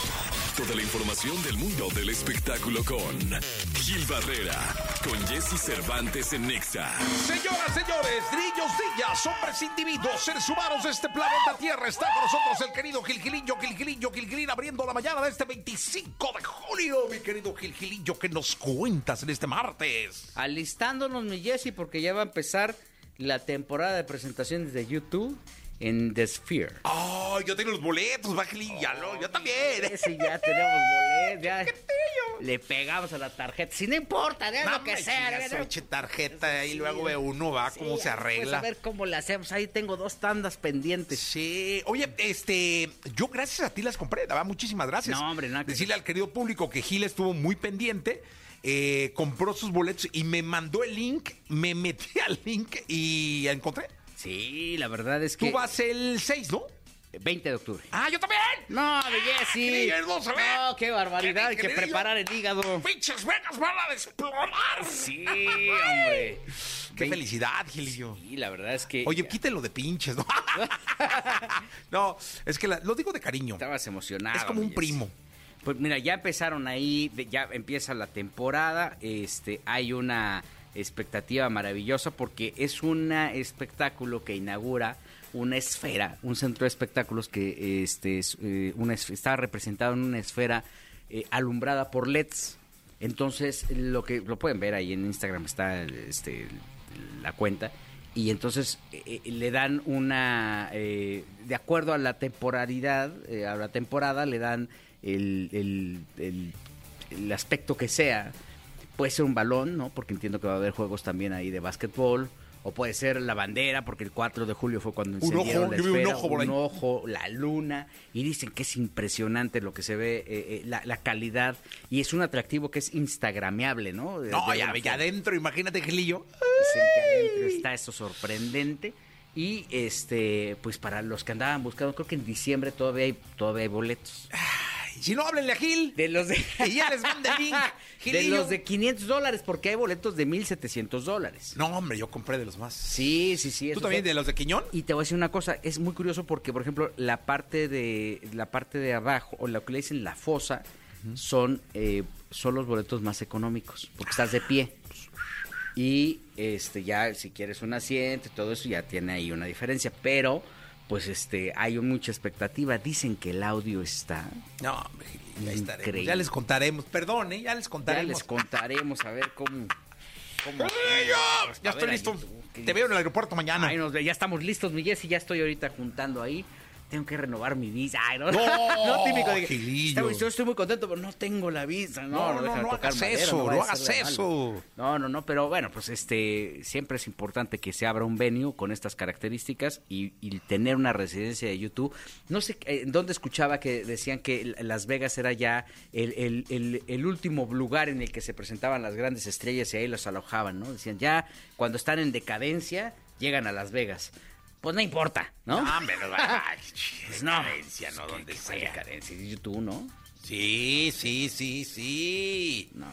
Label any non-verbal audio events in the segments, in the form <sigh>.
directo de la información del mundo del espectáculo con Gil Barrera, con Jesse Cervantes en Nexa. Señoras, señores, niños, niñas, hombres, individuos, seres humanos de este planeta Tierra, está con nosotros el querido Gilgilillo, Gilgilillo, Gilgilín, abriendo la mañana de este 25 de julio, mi querido Gilgilillo, ¿qué nos cuentas en este martes? Alistándonos, mi Jesse, porque ya va a empezar la temporada de presentaciones de YouTube en The Sphere. Oh, yo tengo los boletos, va Gilillo, ya lo- yo también. Jesse, <laughs> ya tenemos boletos, ya le pegamos a la tarjeta. Si no importa, de lo que Dame, sea. chingas, ¿no? eche tarjeta y Sí. luego ve uno, va, Sí, cómo se ya, pues, arregla. a ver cómo le hacemos. Ahí tengo dos tandas pendientes. Sí, oye, este, yo gracias a ti las compré, daba muchísimas gracias. No, hombre, nada que- Decirle al querido público que Gil estuvo muy pendiente, eh, compró sus boletos y me mandó el link, me metí <laughs> al link y la encontré. Sí, la verdad es que. Tú vas el 6, ¿no? 20 de octubre. Ah, yo también. No, mi qué Jesse. hermoso, ¿eh? No, qué barbaridad. Qué Hay que increíble. preparar el hígado. Pinches vegas van a desplorar. Sí, hombre. Qué Vein- felicidad, Gilillo. Y la verdad es que. Oye, quítelo de pinches, ¿no? no, es que la- lo digo de cariño. Estabas emocionado. Es como mi un Jesse. primo. Pues mira, ya empezaron ahí, de- ya empieza la temporada, este, hay una expectativa maravillosa porque es un espectáculo que inaugura una esfera, un centro de espectáculos que este, es, eh, una es- está representado en una esfera eh, alumbrada por LEDs. Entonces, lo que lo pueden ver ahí en Instagram está este, la cuenta. Y entonces eh, eh, le dan una, eh, de acuerdo a la temporalidad, eh, a la temporada, le dan el, el- el- el aspecto que sea. Puede ser un balón, ¿no? Porque entiendo que va a haber juegos también ahí de básquetbol. O puede ser la bandera, porque el 4 de julio fue cuando encendieron ojo, la yo vi un esfera, ojo por ahí. ojo, la luna, y dicen que es impresionante lo que se ve, eh, eh, la, la calidad, y es un atractivo que es instagrameable, ¿no? De- No, de ya, alguna ya forma. adentro, imagínate, Gilillo. Dicen que adentro está eso sorprendente. Y este, pues para los que andaban buscando, creo que en diciembre todavía hay, todavía hay boletos. Ay, Si no, háblenle a Gil. De los de, <laughs> Y ya les manda el link, de Gilillo. los de 500 dólares, porque hay boletos de 1700 dólares. No, hombre, yo compré de los más. Sí, sí, sí. ¿Tú esos también son- de los de Quiñón? Y te voy a decir una cosa, es muy curioso porque, por ejemplo, la parte de la parte de abajo, o lo que le dicen la fosa, son, eh, son los boletos más económicos, porque estás de pie. Y este ya, si quieres un asiento y todo eso, ya tiene ahí una diferencia. Pero, pues este, hay mucha expectativa. Dicen que el audio está. No, hombre, Gilillo, ahí estaremos. Increíble. Ya les contaremos. Perdón, ¿eh? ya les Ya contaremos. les contaremos a ver cómo. cómo- Gilillo, Pues, Ah, Ya a estoy ver, listo. ahí tú, ¿qué Te veo en el aeropuerto mañana. <laughs> Ay, nos ve- ya estamos listos, mi Jessy, ya estoy ahorita juntando ahí. Tengo que renovar mi visa. Ay, <laughs> no, No, típico de que- Gilillo. Estaba- yo estoy muy contento, pero no tengo la visa. No, No, no, no, déjame no tocar hagas madera, eso, vaya no a hagas hacerle eso. algo. No, no, no, pero bueno, pues este, siempre es importante que se abra un venue con estas características y, y tener una residencia de YouTube. No sé eh, en dónde escuchaba que decían que L- Las Vegas era ya el, el- el- el último lugar en el que se presentaban las grandes estrellas y ahí los alojaban, ¿no? Decían, ya cuando están en decadencia, llegan a Las Vegas. Pues no importa, ¿no? No, hombre, no, ay, Pues no. Ah, decadencia, no, donde Pues, sea. Decadencia de YouTube, ¿no? Sí, sí, sí, sí. No,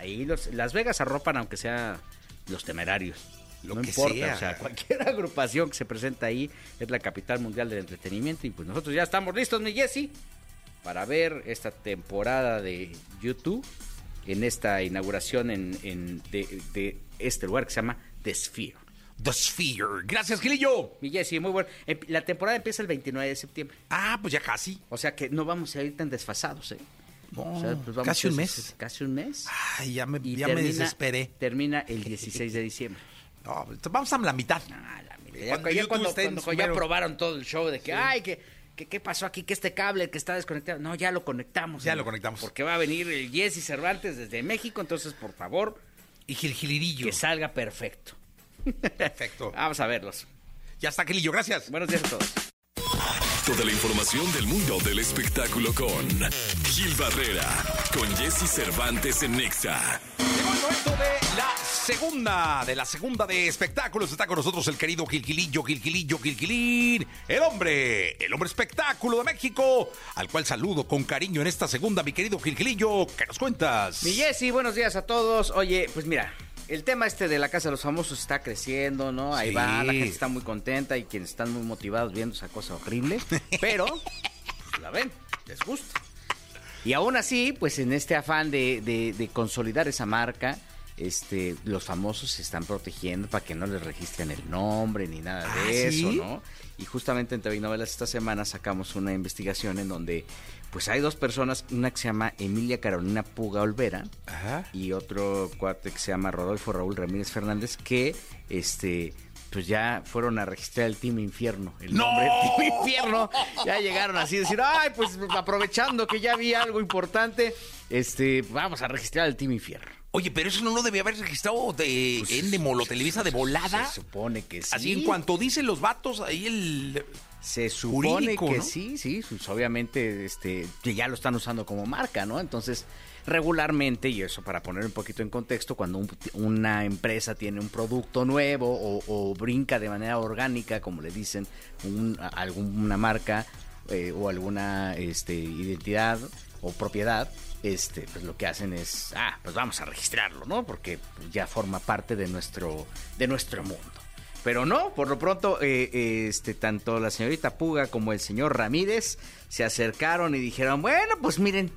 ahí los, Las Vegas arropan aunque sea los temerarios. Lo no que importa, sea. o sea, <laughs> cualquier agrupación que se presenta ahí es la capital mundial del entretenimiento y pues nosotros ya estamos listos, mi Jesse, para ver esta temporada de YouTube en esta inauguración en, en- de, de este lugar que se llama The Sphere. The Sphere. Gracias, Gilillo. Mi Jesse, muy bueno. Em- La temporada empieza el 29 de septiembre, Ah, pues ya casi. o sea que no vamos a ir tan desfasados, ¿eh? No, O sea, pues vamos casi un a- mes. Casi un mes. Ay, ya me, Y ya me termina- desesperé. Termina el 16 de diciembre. <laughs> No, pues, vamos a la mitad. Ah, la mitad. Eh, Ya cuando cuando, ya, YouTube cuando- esté en cuando su ya mero- probaron todo el show de que, ay, que, que- ¿qué pasó aquí? Que este cable que está desconectado. No, ya lo conectamos. Ya lo conectamos. Porque va a venir el Jesse Cervantes desde México, entonces, por favor, Y Gil Gilirillo. que salga perfecto. Perfecto. Vamos a verlos. Ya está, Gilillo. Gracias. Buenos días a todos. Toda la información del mundo del espectáculo con Gil Barrera, con Jesse Cervantes en Nexa. Llegó el momento de la segunda, de la segunda de espectáculos. Está con nosotros el querido Gilquilillo, Gilquilillo, Gilquilín, el hombre, el hombre espectáculo de México, al cual saludo con cariño en esta segunda, mi querido Gilquilillo. ¿Qué nos cuentas? Mi Jessy, buenos días a todos. Oye, pues mira, el tema este de la Casa de los Famosos está creciendo, ¿no? Ahí Sí. va, la gente está muy contenta y quienes están muy motivados viendo esa cosa horrible, pero pues, la ven, les gusta. Y aún así, pues en este afán de, de- de consolidar esa marca, este, los famosos se están protegiendo para que no les registren el nombre ni nada ¿Ah, de eso, sí? ¿no? Y justamente en Telenovelas esta semana sacamos una investigación en donde pues hay dos personas, una que se llama Emilia Carolina Puga Olvera Ajá. y otro cuate que se llama Rodolfo Raúl Ramírez Fernández que este pues ya fueron a registrar el Team Infierno, el ¡No! nombre del Team Infierno. Ya llegaron así a decir, "Ay, pues aprovechando que ya vi algo importante, este vamos a registrar el Team Infierno." Oye, pero eso no lo debía haber registrado de Pues, Endemol o Televisa de volada. Se supone que sí. Así en cuanto dicen los vatos, ahí el. Se supone Jurídico, que ¿no? sí, sí, pues obviamente este, que ya lo están usando como marca, ¿no? Entonces, regularmente, y eso para poner un poquito en contexto, cuando un- una empresa tiene un producto nuevo o, o brinca de manera orgánica, como le dicen, un- a- alguna marca eh, o alguna este, identidad o propiedad, este, pues lo que hacen es, ah, pues vamos a registrarlo, ¿no? Porque pues, ya forma parte de nuestro, de nuestro mundo. Pero no, por lo pronto, eh, eh, este, tanto la señorita Puga como el señor Ramírez se acercaron y dijeron, bueno, pues miren,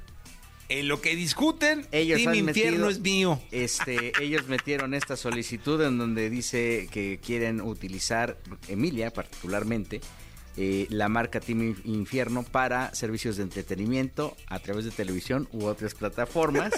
En lo que discuten, ellos Team han Infierno metido- es mío. <laughs> Este, ellos metieron esta solicitud en donde dice que quieren utilizar, Emilia particularmente, eh, la marca Team Infierno para servicios de entretenimiento a través de televisión u otras <laughs> plataformas.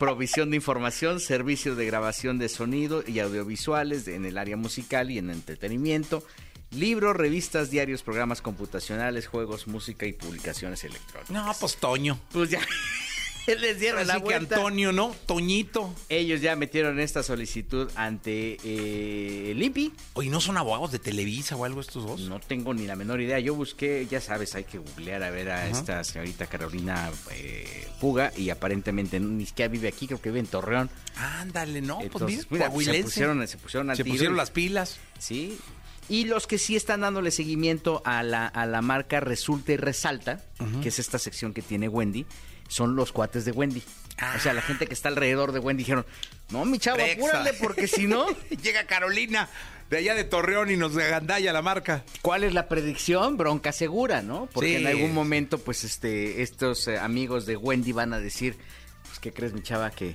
Provisión de información, servicios de grabación de sonido y audiovisuales de- en el área musical y en entretenimiento, libros, revistas, diarios, programas computacionales, juegos, música y publicaciones electrónicas. No, pues Toño. Pues ya <laughs> les dieron la Así que vuelta. Antonio, ¿no? Toñito. Ellos ya metieron esta solicitud ante eh, el INPI. Oye, ¿no son abogados de Televisa o algo estos dos? No tengo ni la menor idea. Yo busqué, ya sabes, hay que googlear a ver a esta señorita Carolina eh, Puga y aparentemente ni siquiera vive aquí, creo que vive en Torreón. Ándale, no, pues Entonces, mira, mira, pues, se coahuilense. pusieron, se pusieron al Se tiro pusieron y- las <laughs> pilas. Sí. Y los que sí están dándole seguimiento a la, a la marca Resulta y Resalta, que es esta sección que tiene Wendy, son los cuates de Wendy. O Ah. sea, la gente que está alrededor de Wendy dijeron, no, mi chavo, Rexa". apúrale porque si <laughs> no... Llega Carolina de allá de Torreón y nos agandalla la marca. ¿Cuál es la predicción? Bronca segura, ¿no? Porque Sí. en algún momento, pues, este, estos eh, amigos de Wendy van a decir, pues, ¿qué crees, mi chava? Que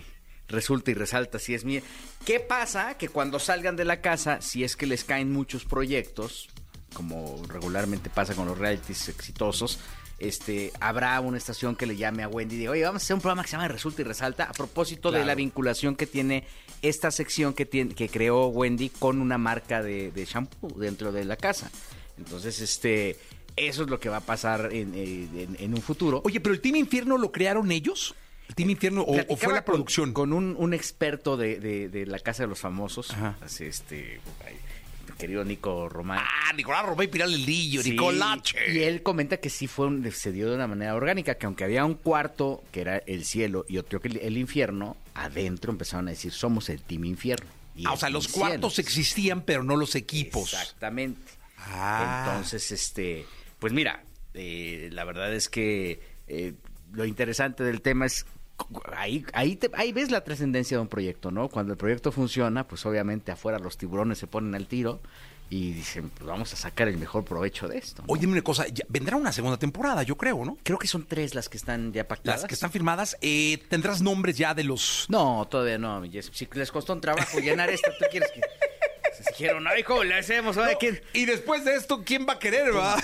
resulta y resalta si es mía. ¿Qué pasa? Que cuando salgan de la casa, si es que les caen muchos proyectos, como regularmente pasa con los realities exitosos, este, habrá una estación que le llame a Wendy y diga, oye, vamos a hacer un programa que se llama Resulta y Resalta a propósito de Claro. la vinculación que tiene esta sección que, tiene, que creó Wendy con una marca de, de shampoo dentro de la casa. Entonces, este, eso es lo que va a pasar en, en- en un futuro. Oye, pero el Team Infierno lo crearon ellos. ¿El Team Infierno o, o fue Eh, Platicaba la con- producción? Con, un, un experto de, de- de la Casa de los Famosos, Ajá. así, este, ay, mi querido Nico Román. Ah, Nicolás Romay Piralilillo, Sí, Nicolache. Y él comenta que sí fue un, se dio de una manera orgánica, que aunque había un cuarto que era el cielo y otro que el, el infierno, adentro empezaron a decir somos el team infierno. y Ah, el o sea, team los cielo". cuartos existían, pero no los equipos. Exactamente. Ah. Entonces, este, pues mira, eh, la verdad es que eh, lo interesante del tema es cu- ahí, ahí, te- ahí ves la trascendencia de un proyecto, ¿no? Cuando el proyecto funciona, pues obviamente afuera los tiburones se ponen al tiro y dicen, pues vamos a sacar el mejor provecho de esto. ¿no? Oye, dime una cosa, ya- vendrá una segunda temporada, yo creo, ¿no? Creo que son tres las que están ya pactadas. Las que están firmadas, eh, tendrás nombres ya de los... No, todavía no. Jess. Si les costó un trabajo llenar esta, tú quieres que. <laughs> Se dijeron, ay, ¿cómo le hacemos? Ahora, ¿quién?" Y después de esto, ¿quién va a querer, va?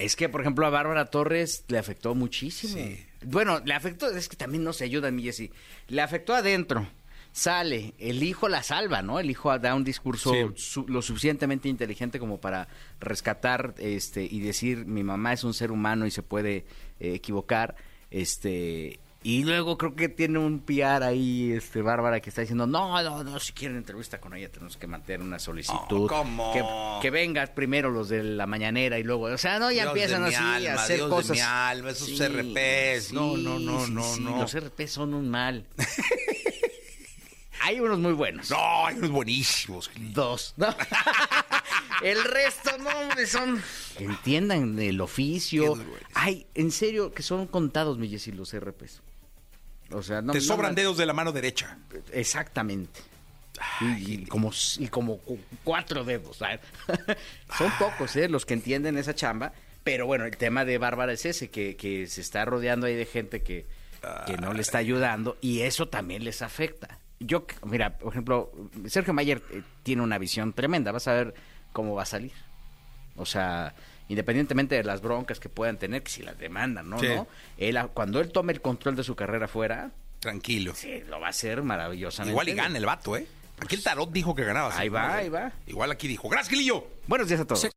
Es que, por ejemplo, a Bárbara Torres le afectó muchísimo. Sí. Bueno, le afectó, es que también no se ayuda a mi Jessy. Le afectó adentro. Sale, el hijo la salva, ¿no? El hijo da un discurso Sí. su- lo suficientemente inteligente como para rescatar este y decir mi mamá es un ser humano y se puede eh, equivocar. Este y luego creo que tiene un PR ahí, este Bárbara, que está diciendo, no, no, no, si quieren entrevista con ella tenemos que mantener una solicitud. Oh, ¿cómo? Que, que vengas primero los de la mañana y luego, o sea, no, ya Dios empiezan de mi así a alma, hacer Dios de cosas. mi alma, esos RPs. No, no, no, no, no. Los RPs son un mal. Hay unos muy buenos. No, hay unos buenísimos. Dos. ¿no? <laughs> El resto, no, hombre, son. Que entiendan el oficio. Qué duro eres. Ay, en serio, que son contados, mi Jessy, los RPs. O sea, no Te no sobran más- dedos de la mano derecha. Exactamente. Y, y como, <laughs> s- y como cu- cuatro dedos. ¿sabes? Son pocos, ¿eh? Los que entienden esa chamba. Pero bueno, el tema de Bárbara es ese, que, que se está rodeando ahí de gente que, que no le está ayudando y eso también les afecta. Yo, c- mira, por ejemplo, Sergio Mayer eh, tiene una visión tremenda, vas a ver cómo va a salir. O sea, independientemente de las broncas que puedan tener, que si las demandan, ¿no? Sí. ¿no? Él, a- cuando él tome el control de su carrera fuera, Tranquilo. sí, lo va a hacer maravillosamente. Igual y gana el vato, ¿eh? Aquí el tarot dijo que ganaba. sí, Ahí va, ¿no? ahí va. Igual aquí dijo, gracias, Gilillo. Buenos días a todos.